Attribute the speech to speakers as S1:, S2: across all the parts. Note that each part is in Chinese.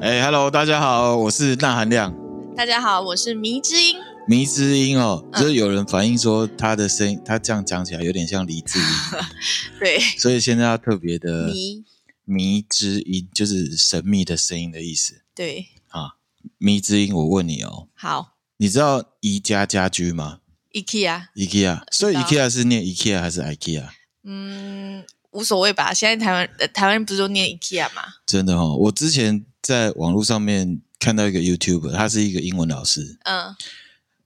S1: 哎、h e l l o 大家好，我是钠含量
S2: 大家好，我是迷之音，
S1: 迷之音哦，
S2: 嗯
S1: 就是有人反映说他的声音，他这样讲起来有点像黎智英，
S2: 对，
S1: 所以现在要特别的
S2: 迷，
S1: 迷之音，就是神秘的声音的意思。
S2: 对，
S1: 迷之音，我问你哦，
S2: 好
S1: 你知道宜家家居吗
S2: ，IKEA，
S1: ？IKEA，所以
S2: 知道
S1: IKEA 是念 IKEA 还是 IKEA？
S2: 嗯，无所谓吧。现在台湾、呃、台湾人不是都念 IKEA 吗？
S1: 真的哦，我之前在网络上面看到一个 YouTube，他是一个英文老师，
S2: 嗯，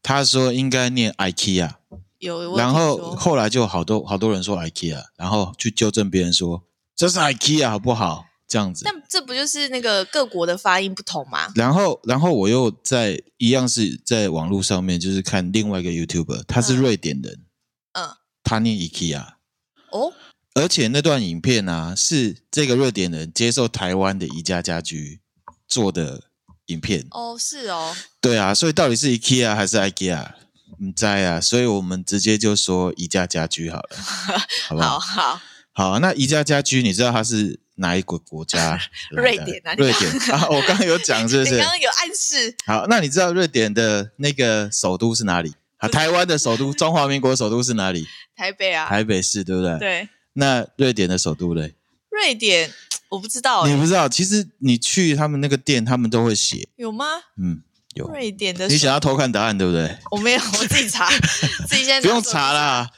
S1: 他说应该念 IKEA。
S2: 有。我有
S1: 然
S2: 听
S1: 后
S2: 说
S1: 后来就好多好多人说 IKEA，然后去纠正别人说这是 IKEA 好不好？这样子。
S2: 但这不就是那个各国的发音不同吗？
S1: 然后，然后我又在一样是在网络上面，就是看另外一个 YouTuber，他是
S2: 嗯
S1: 瑞典人，
S2: 嗯，
S1: 他念 IKEA，
S2: 哦，
S1: 而且那段影片啊是这个瑞典人接受台湾的宜家家居做的影片。
S2: 哦，是哦，
S1: 对啊，所以到底是 IKEA 还是 IKEA？嗯，在啊，所以我们直接就说宜家家居好 了，好不
S2: 好好，
S1: 好，那宜家家居，你知道它是哪一个国 家来
S2: 瑞
S1: 的？
S2: 典啊你
S1: 瑞典啊，我刚刚有讲是不
S2: 你
S1: 是
S2: 刚？刚有暗示，
S1: 好，那你知道瑞典的那个首都是哪里？啊，台湾的首都，中华民国首都是哪里？
S2: 台北啊，
S1: 台北市，对不对？。
S2: 对，
S1: 那瑞典的首都嘞？
S2: 瑞典，我不知道、
S1: 你
S2: 欸，
S1: 不知道，其实你去他们那个店，他们都会写，
S2: 有吗？
S1: 嗯，有。
S2: 瑞典的
S1: 你
S2: 首，
S1: 想要偷看答案，对不对？
S2: 我 没有，我自 己查，自己现在
S1: 不用查
S2: 了。
S1: 啦，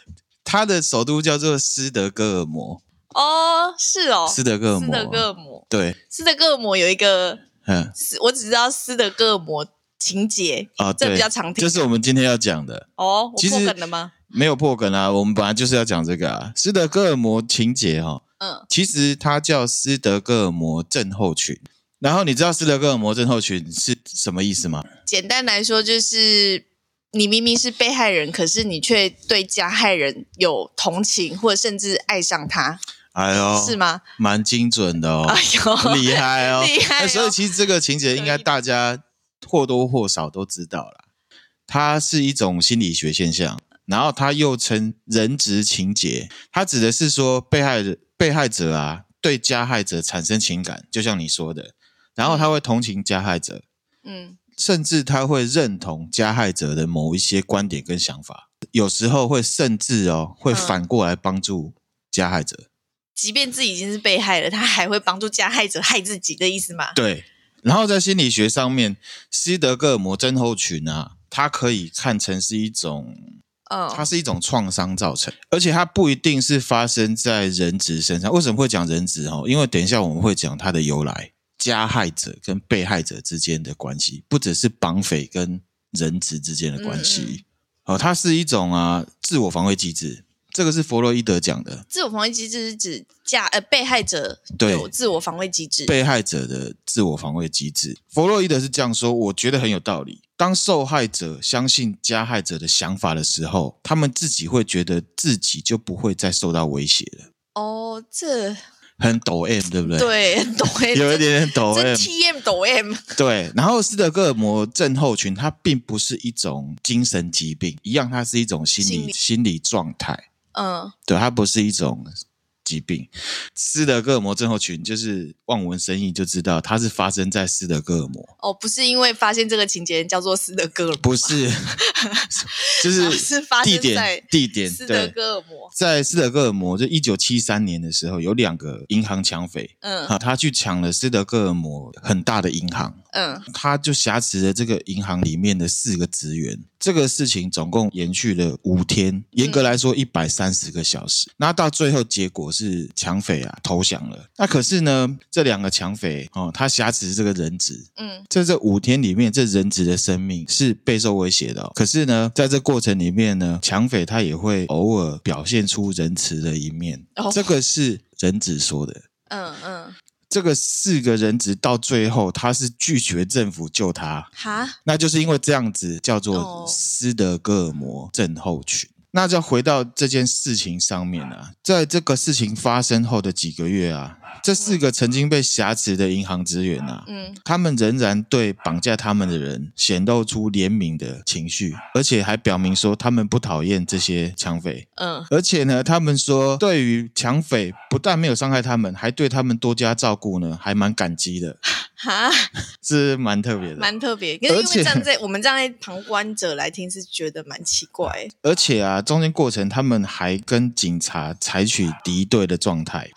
S1: 它的首都叫做斯德哥尔摩，
S2: 哦，是哦，
S1: 斯德哥尔
S2: 斯
S1: 摩
S2: 德，哥尔摩，
S1: 对，
S2: 斯德哥尔摩有一个
S1: 嗯，
S2: 斯，我只知道斯德哥尔摩情节，
S1: 啊，
S2: 这
S1: 对
S2: 比较，常听。
S1: 就是我们今天要讲的。
S2: 哦，我
S1: 其实
S2: 破梗了吗？
S1: 没有破梗啊，我们本来就是要讲这个啊。斯德哥尔摩情节哈、哦，
S2: 嗯，
S1: 其实它叫斯德哥尔摩症候群。然后你知道斯德哥尔摩症候群是什么意思吗？
S2: 简单来说就是。你明明是被害人，可是你却对加害人有同情，或者甚至爱上他，
S1: 哎呦，
S2: 是吗？
S1: 蛮精准的哦
S2: 哎， 呦，
S1: 厉害哦，
S2: 厉害哦
S1: 哎所以其实这个情节应该大家或多或少都知道啦。它是一种心理学现象，然后它又称人质情节，它指的是说被害人被害者啊对加害者产生情感，就像你说的，然后他会同情加害者，
S2: 嗯
S1: 甚至他会认同加害者的某一些观点跟想法，有时候会甚至哦会
S2: 嗯
S1: 反过来帮助加害者。
S2: 即便自己已经是被害了，他还会帮助加害者害自己的意思吗？
S1: 对，然后在心理学上面，斯德哥尔摩症候群啊，它可以看成是一种，它
S2: 嗯，
S1: 是一种创伤造成，而且它不一定是发生在人质身上。为什么会讲人质哦？因为等一下我们会讲它的由来，加害者跟被害者之间的关系，不只是绑匪跟人质之间的关
S2: 嗯
S1: 系。哦，它是一种啊自我防卫机制，这个是弗洛伊德讲的。
S2: 自我防卫机制是指加呃被害者
S1: 对
S2: 有自我防卫机制，
S1: 被害者的自我防卫机制。弗洛伊德是这样说，我觉得很有道理。当受害者相信加害者的想法的时候，他们自己会觉得自己就不会再受到威胁了。
S2: 哦，这
S1: 很抖 M，对不对？，
S2: 对抖 M
S1: 有一点点抖
S2: 这
S1: M。
S2: T M 抖 M
S1: 对，然后斯德哥尔摩症候群，它并不是一种精神疾病，一样，它是一种心理
S2: 心理
S1: 心理状态。
S2: 嗯
S1: 对，它不是一种疾病。斯德哥尔摩症候群就是望文生义就知道，它是发生在斯德哥尔摩。
S2: 哦，不是因为发现这个情节叫做斯德哥尔摩，
S1: 不是， 就
S2: 哦
S1: 是
S2: 是发
S1: 地
S2: 生
S1: 点
S2: 在
S1: 地点
S2: 斯德
S1: 对，
S2: 哥尔摩，
S1: 在斯德哥尔摩，就一九七三年的时候，有两个银行抢匪
S2: 嗯
S1: 啊，他去抢了斯德哥尔摩很大的银行，
S2: 嗯
S1: 他就挟持了这个银行里面的四个职员。这个事情总共延续了五天，严
S2: 嗯
S1: 格来说一百三十个小时。那到最后结果是抢匪啊投降了。那可是呢，这两个抢匪哦，他挟持这个人质，
S2: 嗯，
S1: 在这五天里面，这人质的生命是备受威胁的哦、可是呢，在这过程里面呢，抢匪他也会偶尔表现出仁慈的一面。
S2: 哦
S1: 这个是人质说的。
S2: 嗯嗯，
S1: 这个四个人质到最后，他是拒绝政府救他，
S2: 哈，
S1: 那就是因为这样子叫做
S2: 哦
S1: 斯德哥尔摩症候群。那就回到这件事情上面啊，在这个事情发生后的几个月啊，这四个曾经被挟持的银行职员啊，
S2: 嗯
S1: 他们仍然对绑架他们的人显露出怜悯的情绪，而且还表明说他们不讨厌这些抢匪，
S2: 嗯，
S1: 而且呢，他们说对于抢匪不但没有伤害他们，还对他们多加照顾呢，还蛮感激的。
S2: 哈，
S1: 是蛮特别的。
S2: 蛮特别。可是因
S1: 而
S2: 为
S1: 且
S2: 站在我们站在旁观者来听，是觉得蛮奇怪。
S1: 而且啊，中间过程他们还跟警察采取敌对的状态。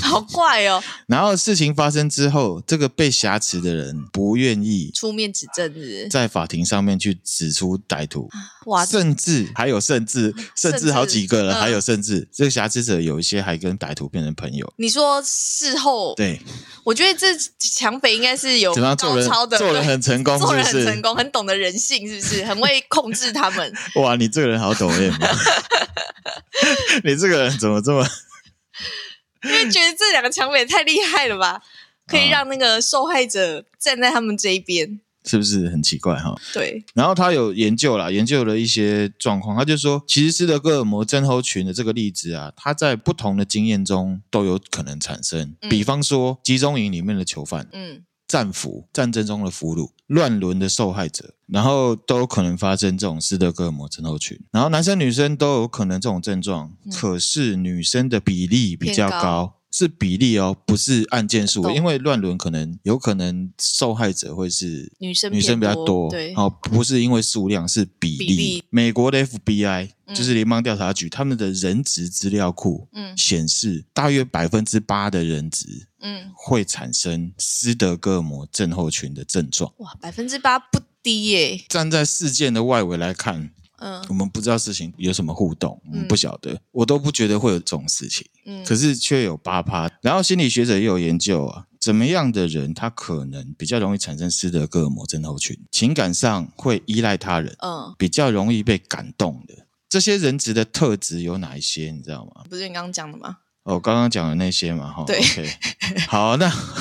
S2: 好怪哦，
S1: 然后事情发生之后，这个被挟持的人不愿意
S2: 出面指证日，
S1: 在法庭上面去指出歹徒，
S2: 哇，
S1: 甚至还有甚 至甚
S2: 甚至
S1: 至好几个人，
S2: 嗯
S1: 还有甚至这个挟持者有一些还跟歹徒变成朋友。
S2: 你说事后，
S1: 对，
S2: 我觉得这抢匪应该是有
S1: 怎么样做
S2: 高
S1: 人
S2: 超的，
S1: 做人很成功，
S2: 做人
S1: 是不
S2: 很
S1: 是？
S2: 成功，很懂得人性，是不是？很会控制他们。
S1: 哇，你这个人 好抖 M，啊 你这个人怎么这么
S2: 因为觉得这两个抢匪太厉害了吧，
S1: 嗯
S2: 可以让那个受害者站在他们这一边。
S1: 是不是很奇怪哈？
S2: 对，
S1: 然后他有研究啦，研究了一些状况，他就说，其实斯德哥尔摩症候群的这个例子啊，它在不同的经验中都有可能产生。
S2: 嗯
S1: 比方说，集中营里面的囚犯、
S2: 嗯，
S1: 战俘、战争中的俘虏、乱伦的受害者，然后都有可能发生这种斯德哥尔摩症候群。然后男生女生都有可能这种症状，
S2: 嗯
S1: 可是女生的比例比较高。
S2: 偏高
S1: 是比例哦，不是按件数，
S2: 懂
S1: 因为乱伦可能有可能受害者会是
S2: 女生
S1: 女生比较多，
S2: 对，
S1: 哦，不是因为数量，是比例。
S2: 比例
S1: 美国的 FBI
S2: 嗯
S1: 就是联邦调查局，他们的人质资料库
S2: 嗯
S1: 显示，大约百分之八的人质
S2: 嗯，
S1: 会产生斯德哥尔摩症候群的症状。
S2: 哇，百分之八不低耶，
S1: 站在事件的外围来看，
S2: 嗯
S1: 我们不知道事情有什么互动，我
S2: 嗯
S1: 们不晓得，我都不觉得会有这种事情，
S2: 嗯，
S1: 可是却有八趴。然后心理学者也有研究啊，怎么样的人他可能比较容易产生斯德哥尔摩症候群，情感上会依赖他人，
S2: 嗯，
S1: 比较容易被感动的。这些人质的特质有哪一些？你知道吗？
S2: 不是你刚刚讲的吗？
S1: 哦，刚刚讲的那些嘛，哈。
S2: 对
S1: OK，好，那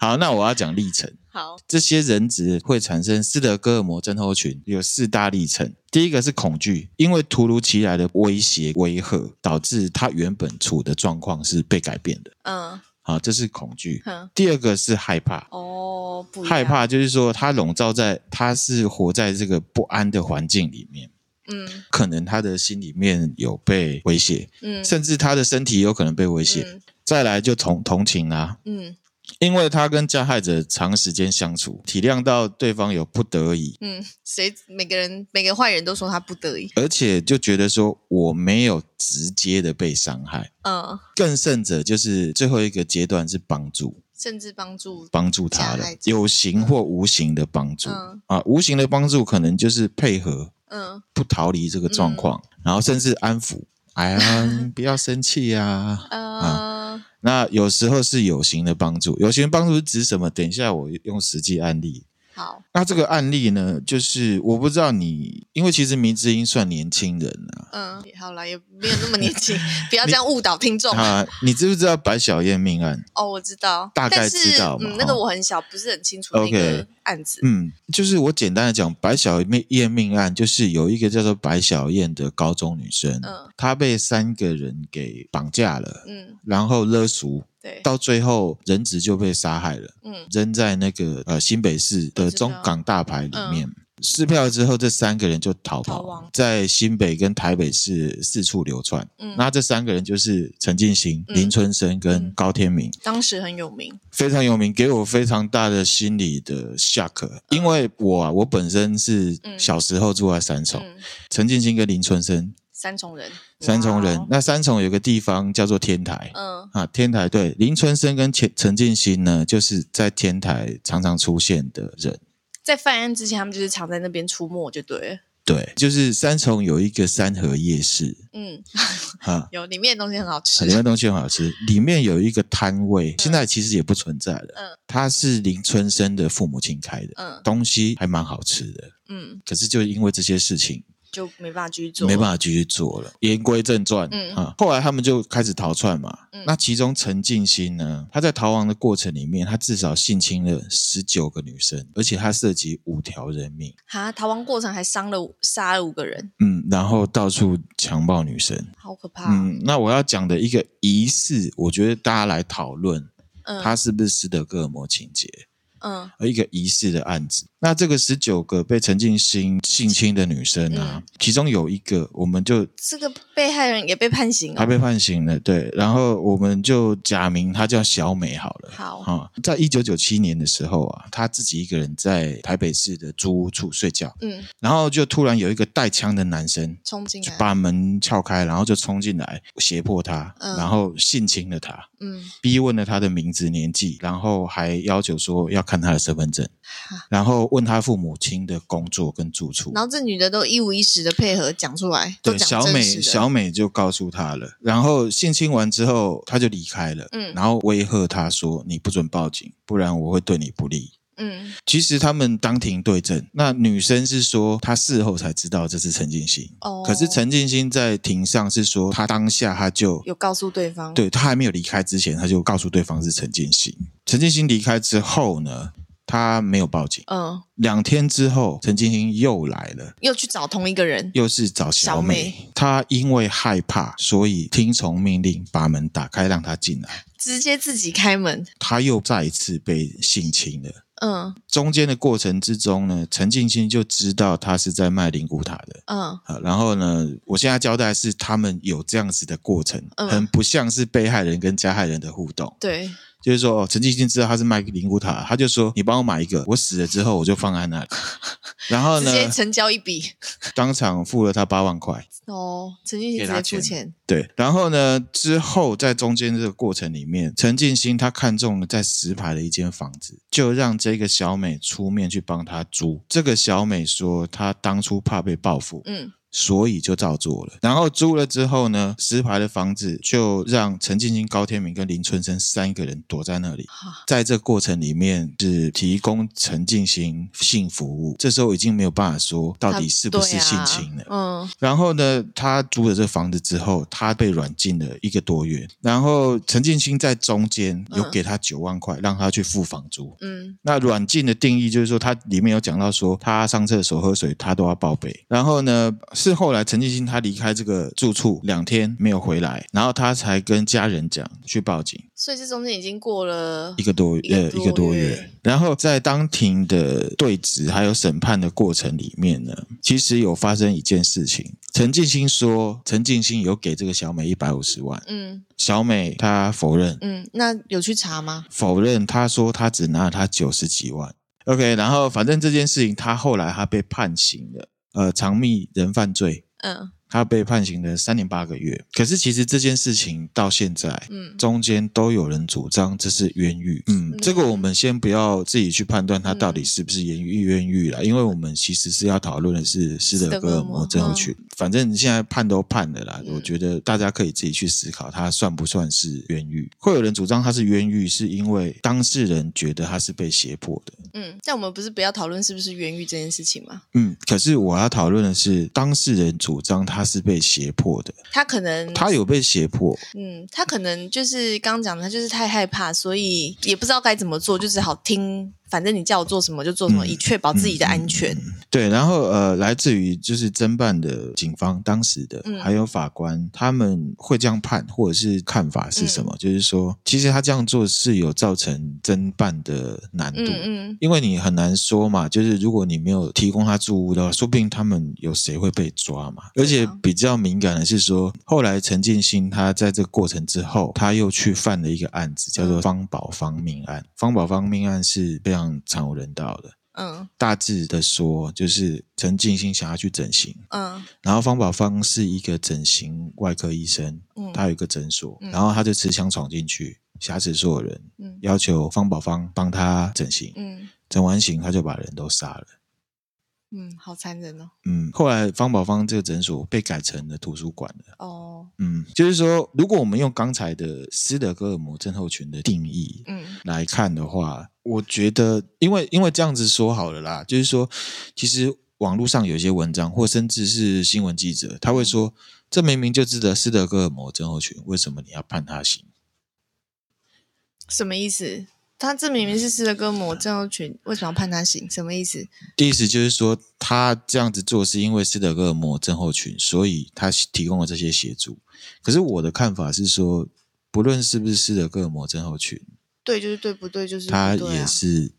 S1: 好，那我要讲历程。
S2: 好，
S1: 这些人质会产生斯德哥尔摩症候群，有四大历程。第一个是恐惧，因为突如其来的威胁威吓，导致他原本处的状况是被改变的。
S2: 嗯
S1: 好，这是恐惧。
S2: 哼，
S1: 第二个是害怕，
S2: 哦，嗯不一样
S1: 害，怕就是说他笼罩在，他是活在这个不安的环境里面。
S2: 嗯
S1: 可能他的心里面有被威胁，
S2: 嗯
S1: 甚至他的身体有可能被威胁。
S2: 嗯
S1: 再来就同同情啦、
S2: 嗯
S1: 因为他跟加害者长时间相处，体谅到对方有不得已，
S2: 嗯，谁每个人每个坏人都说他不得已，
S1: 而且就觉得说我没有直接的被伤害。
S2: 嗯，
S1: 更甚者就是最后一个阶段是帮助，
S2: 甚至帮助，
S1: 帮助他
S2: 加
S1: 了
S2: 害，者
S1: 有形或无形的帮助、
S2: 嗯
S1: 啊，无形的帮助可能就是配合，
S2: 嗯
S1: 不逃离这个状况，然后甚至安抚，哎 呀，不要生气啊，
S2: 呃，
S1: 那有时候是有形的帮助，有形的帮助是指什么？等一下我用实际案例。
S2: 好，
S1: 那这个案例呢，就是我不知道你，因为其实迷之音算年轻人啊。
S2: 嗯，好了，也没有那么 年轻，不要这样误导听众。
S1: 啊，你知不知道白小燕命案？
S2: 哦，我知道，
S1: 大概
S2: 但是
S1: 知道嘛
S2: 嗯，那个
S1: 哦
S2: 我很小，不是很清楚那
S1: OK
S2: 个案子。
S1: 嗯，就是我简单的讲，白小燕命案就是有一个叫做白小燕的高中女生，
S2: 嗯
S1: 她被三个人给绑架了，
S2: 嗯，
S1: 然后勒赎，
S2: 对，
S1: 到最后人质就被杀害了。
S2: 嗯
S1: 扔在那个呃新北市的中港大排里面。撕票之后，这三个人就逃
S2: 嗯逃
S1: 跑
S2: 亡，
S1: 在新北跟台北市四处流窜。
S2: 嗯，
S1: 那这三个人就是陈进兴、
S2: 嗯
S1: 林春生跟
S2: 嗯
S1: 高天明，
S2: 当时很有名。
S1: 非常有名，给我非常大的心理的 shock。因为我啊，我本身是
S2: 嗯
S1: 小时候住在三重，
S2: 嗯，
S1: 陈进兴跟林春生，
S2: 三重人，
S1: 三重人
S2: 哇。
S1: 那三重有个地方叫做天台，
S2: 哦。
S1: 啊，天台对林春生跟陈陈进兴呢，就是在天台常常出现的人。
S2: 嗯，在犯案之前，他们就是常在那边出没，就对了。
S1: 对，就是三重有一个三河夜市
S2: 嗯，
S1: 啊，
S2: 有里面的东西很好吃
S1: 里。面东西很好吃。里面有一个摊位，现在其实也不存在了。
S2: 嗯
S1: 它是林春生的父母亲开的，
S2: 嗯
S1: 东西还蛮好吃的。
S2: 嗯，
S1: 可是就因为这些事情，
S2: 就没办法继续做。
S1: 没办法继续做了。言归正传，
S2: 嗯
S1: 啊，后来他们就开始逃窜嘛。
S2: 嗯
S1: 那其中陈静心呢，他在逃亡的过程里面，他至少性侵了十九个女生，而且他涉及五条人命。
S2: 哈，逃亡过程还伤了五杀了五个人，
S1: 嗯，然后到处强暴女生。
S2: 好可怕。哦
S1: 嗯，那我要讲的一个疑似，我觉得大家来讨论，
S2: 嗯
S1: 它是不是斯德哥尔摩情节？呃
S2: 嗯
S1: 一个疑似的案子。那这个十九个被陈静心性侵的女生
S2: 嗯
S1: 啊，其中有一个我们就
S2: 这个被害人也被判刑
S1: 她
S2: 哦。
S1: 被判刑了，对，然后我们就假名她叫小美好了。
S2: 好，
S1: 啊、在一九九七年的时候啊，她自己一个人在台北市的租屋处睡觉，
S2: 嗯，
S1: 然后就突然有一个带枪的男生
S2: 冲进
S1: 就
S2: 来，
S1: 把门撬开，然后就冲进来胁迫她，
S2: 嗯
S1: 然后性侵了她，
S2: 嗯，
S1: 逼问了她的名字、年纪，然后还要求说要看她的身份证，然后问她父母亲的工作跟住处。
S2: 然后这女的都一五一十的配合讲出来，都
S1: 对，
S2: 讲
S1: 小
S2: 真
S1: 美
S2: 实的
S1: 小美就告诉他了，然后性侵完之后，他就离开了，
S2: 嗯
S1: 然后威吓他说：“你不准报警，不然我会对你不利。”
S2: 嗯
S1: 其实他们当庭对证，那女生是说她事后才知道这是陈静心，
S2: 哦，
S1: 可是陈静心在庭上是说她当下她就
S2: 有告诉对方，
S1: 对她还没有离开之前，她就告诉对方是陈静心。陈静心离开之后呢，她没有报警，
S2: 嗯，
S1: 两天之后陈静心又来了。
S2: 又去找同一个人，
S1: 又是找小美，
S2: 小
S1: 她因为害怕，所以听从命令把门打开，让她进来。
S2: 直接自己开门，
S1: 她又再一次被性侵了。
S2: 嗯
S1: 中间的过程之中呢，陈静心就知道他是在卖灵骨塔的。
S2: 嗯
S1: 啊，然后呢，我现在交代是他们有这样子的过程，
S2: 嗯
S1: 很不像是被害人跟加害人的互动。
S2: 对，
S1: 就是说，哦，陈静心知道他是卖灵骨塔，他就说：“你帮我买一个，我死了之后我就放在那里。” 然后
S2: 直
S1: 呢，
S2: 接成交一笔，
S1: 当场付了他八万块。
S2: 哦，陈俊熙
S1: 给
S2: 直
S1: 他
S2: 接付钱，
S1: 对，然后呢，之后在中间这个过程里面，陈静心他看中了在石牌的一间房子，就让这个小美出面去帮他租。这个小美说，她当初怕被报复，
S2: 嗯
S1: 所以就照做了。然后租了之后呢，石牌的房子就让陈静心、高天明跟林春生三个人躲在那里
S2: 啊。
S1: 在这过程里面，是提供陈静心性服务。这时候已经没有办法说到
S2: 他
S1: 底是不是性侵了
S2: 对。啊嗯，
S1: 然后呢，他租了这房子之后，他被软禁了一个多月。然后陈建新在中间有给他九万块，让他去付房租。
S2: 嗯
S1: 那软禁的定义就是说，他里面有讲到说，他上厕所、喝水，他都要报备。然后呢，是后来陈建新他离开这个住处两天没有回来，然后他才跟家人讲去报警。
S2: 所以这中间已经过了
S1: 一个多
S2: 一个
S1: 呃
S2: 多
S1: 一个多
S2: 月
S1: 月，然后在当庭的对质还有审判的过程里面呢，其实有发生一件事情。陈静心说，陈静心有给这个小美一百五十万，
S2: 嗯
S1: 小美她否认，
S2: 嗯，那有去查吗？
S1: 否认她说她只拿了她九十几万。OK，然后反正这件事情，她后来她被判刑了，呃，藏匿人犯罪，
S2: 嗯
S1: 她被判刑了三年八个月。可是其实这件事情到现在，
S2: 嗯
S1: 中间都有人主张这是冤狱，嗯，这个我们先不要自己去判断它到底是不是冤狱冤狱啦，因为我们其实是要讨论的是斯德哥尔摩症候群，反正现在判都判了啦，
S2: 嗯
S1: 我觉得大家可以自己去思考它算不算是冤狱。会有人主张它是冤狱，是因为当事人觉得他是被胁迫的，
S2: 嗯，但我们不是不要讨论是不是冤狱这件事情吗？
S1: 嗯，可是我要讨论的是当事人主张他是被胁迫的，
S2: 他可能
S1: 他有被胁迫，
S2: 嗯，他可能就是刚刚讲的，他就是太害怕，所以也不知道该怎么做，就只好听，反正你叫我做什么就做什么，
S1: 嗯
S2: 以确保自己的安全。
S1: 对，然后呃，来自于就是侦办的警方当时的，
S2: 嗯
S1: 还有法官，他们会这样判，或者是看法是什么？
S2: 嗯
S1: 就是说，其实他这样做是有造成侦办的难度。
S2: 嗯嗯
S1: 因为你很难说嘛，就是如果你没有提供他住屋的话，说不定他们有谁会被抓嘛。
S2: 啊
S1: 而且比较敏感的是说，后来陈建新他在这个过程之后，他又去犯了一个案子，叫
S2: 嗯
S1: 做方宝芳命案。方宝芳命案是非常惨无人道的，
S2: 嗯
S1: 大致的说，就是陈静心想要去整形，
S2: 嗯
S1: 然后方宝芳是一个整形外科医生，
S2: 嗯
S1: 他有一个诊所，
S2: 嗯
S1: 然后他就持枪闯进去，挟持所有人，
S2: 嗯
S1: 要求方宝芳帮他整形，
S2: 嗯
S1: 整完形他就把人都杀了。
S2: 嗯，好残忍哦！
S1: 嗯，后来方宝芳这个诊所被改成了图书馆了。
S2: 哦，
S1: 嗯，就是说，如果我们用刚才的斯德哥尔摩症候群的定义，
S2: 嗯
S1: 来看的话，我觉得，因为因为这样子说好了啦，就是说，其实网络上有一些文章，或甚至是新闻记者，他会说，这明明就值得斯德哥尔摩症候群，为什么你要判他刑？
S2: 什么意思？他这明明是斯德哥尔摩症
S1: 嗯
S2: 候群，为什么要判他刑？什么意思？
S1: 第一思就是说，他这样子做是因为斯德哥尔摩症候群，所以他提供了这些协助。可是我的看法是说，不论是不是斯德哥尔摩症候群，
S2: 对就是对，不对就是不
S1: 他
S2: 对
S1: 也
S2: 啊。
S1: 是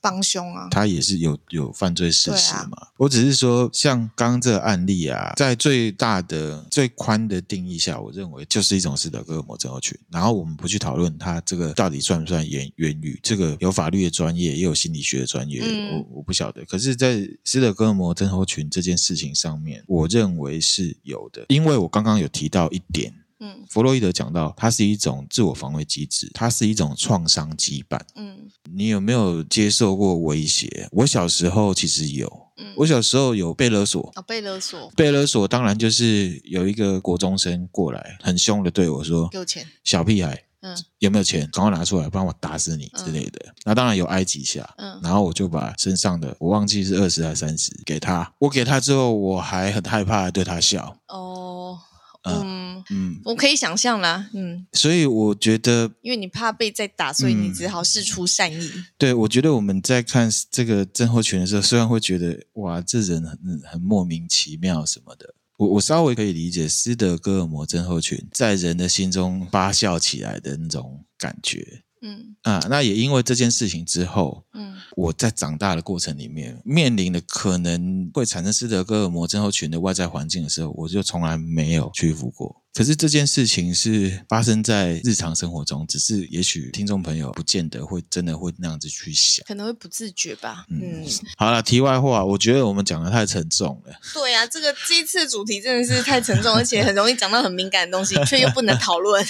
S2: 帮凶啊，
S1: 他也是有有犯罪事实
S2: 对啊
S1: 嘛。我只是说，像刚这个案例啊，在最大的、最宽的定义下，我认为就是一种斯德哥尔摩症候群。然后我们不去讨论它这个到底算不算言言语，这个有法律的专业，也有心理学的专业，
S2: 嗯
S1: 我我不晓得。可是，在斯德哥尔摩症候群这件事情上面，我认为是有的，因为我刚刚有提到一点。
S2: 嗯
S1: 弗洛伊德讲到，它是一种自我防卫机制，它是一种创伤羁绊。
S2: 嗯
S1: 你有没有接受过威胁？我小时候其实有，
S2: 嗯，
S1: 我小时候有被勒索。
S2: 啊被勒索，
S1: 被勒索当然就是有一个国中生过来，很凶的对我说
S2: 给我钱，：“
S1: 小屁孩，
S2: 嗯
S1: 有没有钱？赶快拿出来，不然我打死你之类的。”那当然有挨几下，
S2: 嗯
S1: 然后我就把身上的我忘记是二十还是三十给他。我给他之后，我还很害怕地对他笑。
S2: 哦嗯，
S1: 嗯，
S2: 我可以想象啦，嗯，
S1: 所以我觉得
S2: 因为你怕被再打，所以你
S1: 嗯
S2: 只好事出善意，
S1: 对，我觉得我们在看这个症候群的时候，虽然会觉得哇，这人很很莫名其妙什么的，我我稍微可以理解斯德哥尔摩症候群在人的心中发酵起来的那种感觉
S2: 嗯
S1: 啊。那也因为这件事情之后，
S2: 嗯
S1: 我在长大的过程里面面临的可能会产生斯德哥尔摩症候群的外在环境的时候，我就从来没有屈服过。可是这件事情是发生在日常生活中，只是也许听众朋友不见得会真的会那样子去想。
S2: 可能会不自觉吧，
S1: 嗯
S2: 嗯，
S1: 好了，题外话，我觉得我们讲的太沉重了。
S2: 对啊呀、这个这一次的主题真的是太沉重，而且很容易讲到很敏感的东西，却又不能讨论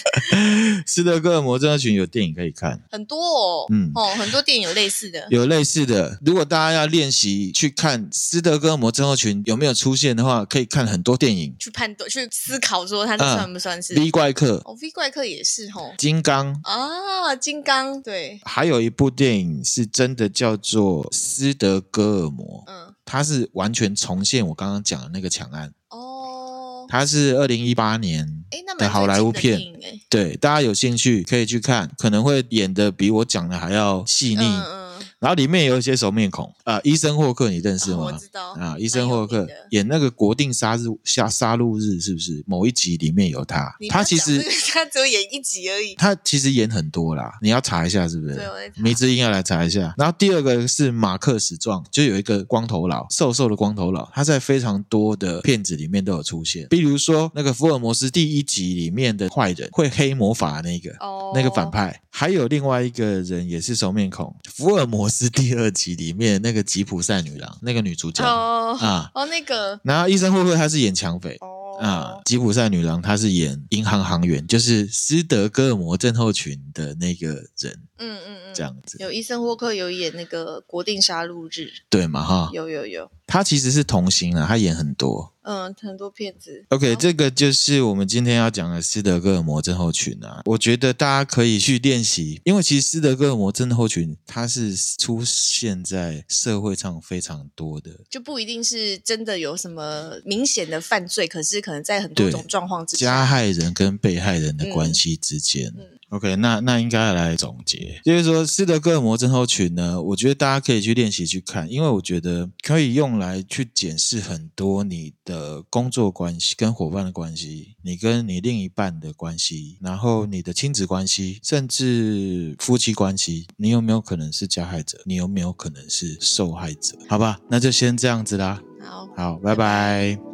S1: 斯德哥尔摩症候群有电影可以看，
S2: 很多哦，
S1: 嗯
S2: 哦，很多电影有类似的，
S1: 有类似的。如果大家要练习去看斯德哥尔摩症候群有没有出现的话，可以看很多电影，
S2: 去判断、去思考说它这
S1: 嗯
S2: 算不算是
S1: 《V 怪客》《
S2: 哦，V 怪客也是吼
S1: 金刚》，
S2: 啊，金刚对，
S1: 还有一部电影是真的叫做《斯德哥尔摩》，
S2: 嗯，
S1: 它是完全重现我刚刚讲的那个抢案，
S2: 哦，
S1: 它是二零一八年。
S2: 哎，那
S1: 的
S2: 蛮
S1: 好莱坞片
S2: 哎，
S1: 对，大家有兴趣可以去看，可能会演的比我讲的还要细
S2: 嗯
S1: 腻。
S2: 嗯，
S1: 然后里面有一些熟面孔啊、伊森霍克你认识
S2: 哦
S1: 吗
S2: 我？知道
S1: 啊，伊森霍
S2: 蛮有
S1: 克
S2: 名的
S1: 演那个国定杀日下杀戮日是不是？某一集里面有他
S2: 你，不要
S1: 他其
S2: 讲这
S1: 实
S2: 个 他只有演一集而已，
S1: 他其实演很多啦，你要查一下是不是
S2: 对，？我在查
S1: 迷之音要来查一下。然后第二个是马克史壮，就有一个光头佬，瘦瘦的光头佬，他在非常多的片子里面都有出现，比如说那个福尔摩斯第一集里面的坏人会黑魔法的那个，
S2: 哦，
S1: 那个反派，还有另外一个人也是熟面孔，《福尔摩斯》第二集里面那个吉普赛女郎，那个女主角、
S2: 哦
S1: 啊。
S2: 哦那个
S1: 然后医生霍克他是演抢匪、
S2: 哦
S1: 啊，吉普赛女郎她是演银行行员，就是斯德哥尔摩症候群的那个人，
S2: 嗯嗯嗯，
S1: 这样子、
S2: 有伊森霍克有演那个《国定杀戮日》，
S1: 对嘛哈？
S2: 有有有，
S1: 他其实是童星啊，他演很多。
S2: 嗯，很多片子
S1: OK，
S2: 好
S1: 这个就是我们今天要讲的斯德哥尔摩症候群啊。我觉得大家可以去练习，因为其实斯德哥尔摩症候群它是出现在社会上非常多的。
S2: 就不一定是真的有什么明显的犯罪，可是可能在很多
S1: 对
S2: 种状况之
S1: 加
S2: 下，
S1: 害人跟被害人的关系之间、
S2: 嗯
S1: o k 那那应该要来总结，就是说斯德哥尔摩症候群呢，我觉得大家可以去练习去看，因为我觉得可以用来去检视很多你的工作关系、跟伙伴的关系、你跟你另一半的关系，然后你的亲子关系，甚至夫妻关系，你有没有可能是加害者？你有没有可能是受害者？好吧，那就先这样子啦。
S2: 好，
S1: 好，拜
S2: 拜
S1: 拜
S2: 拜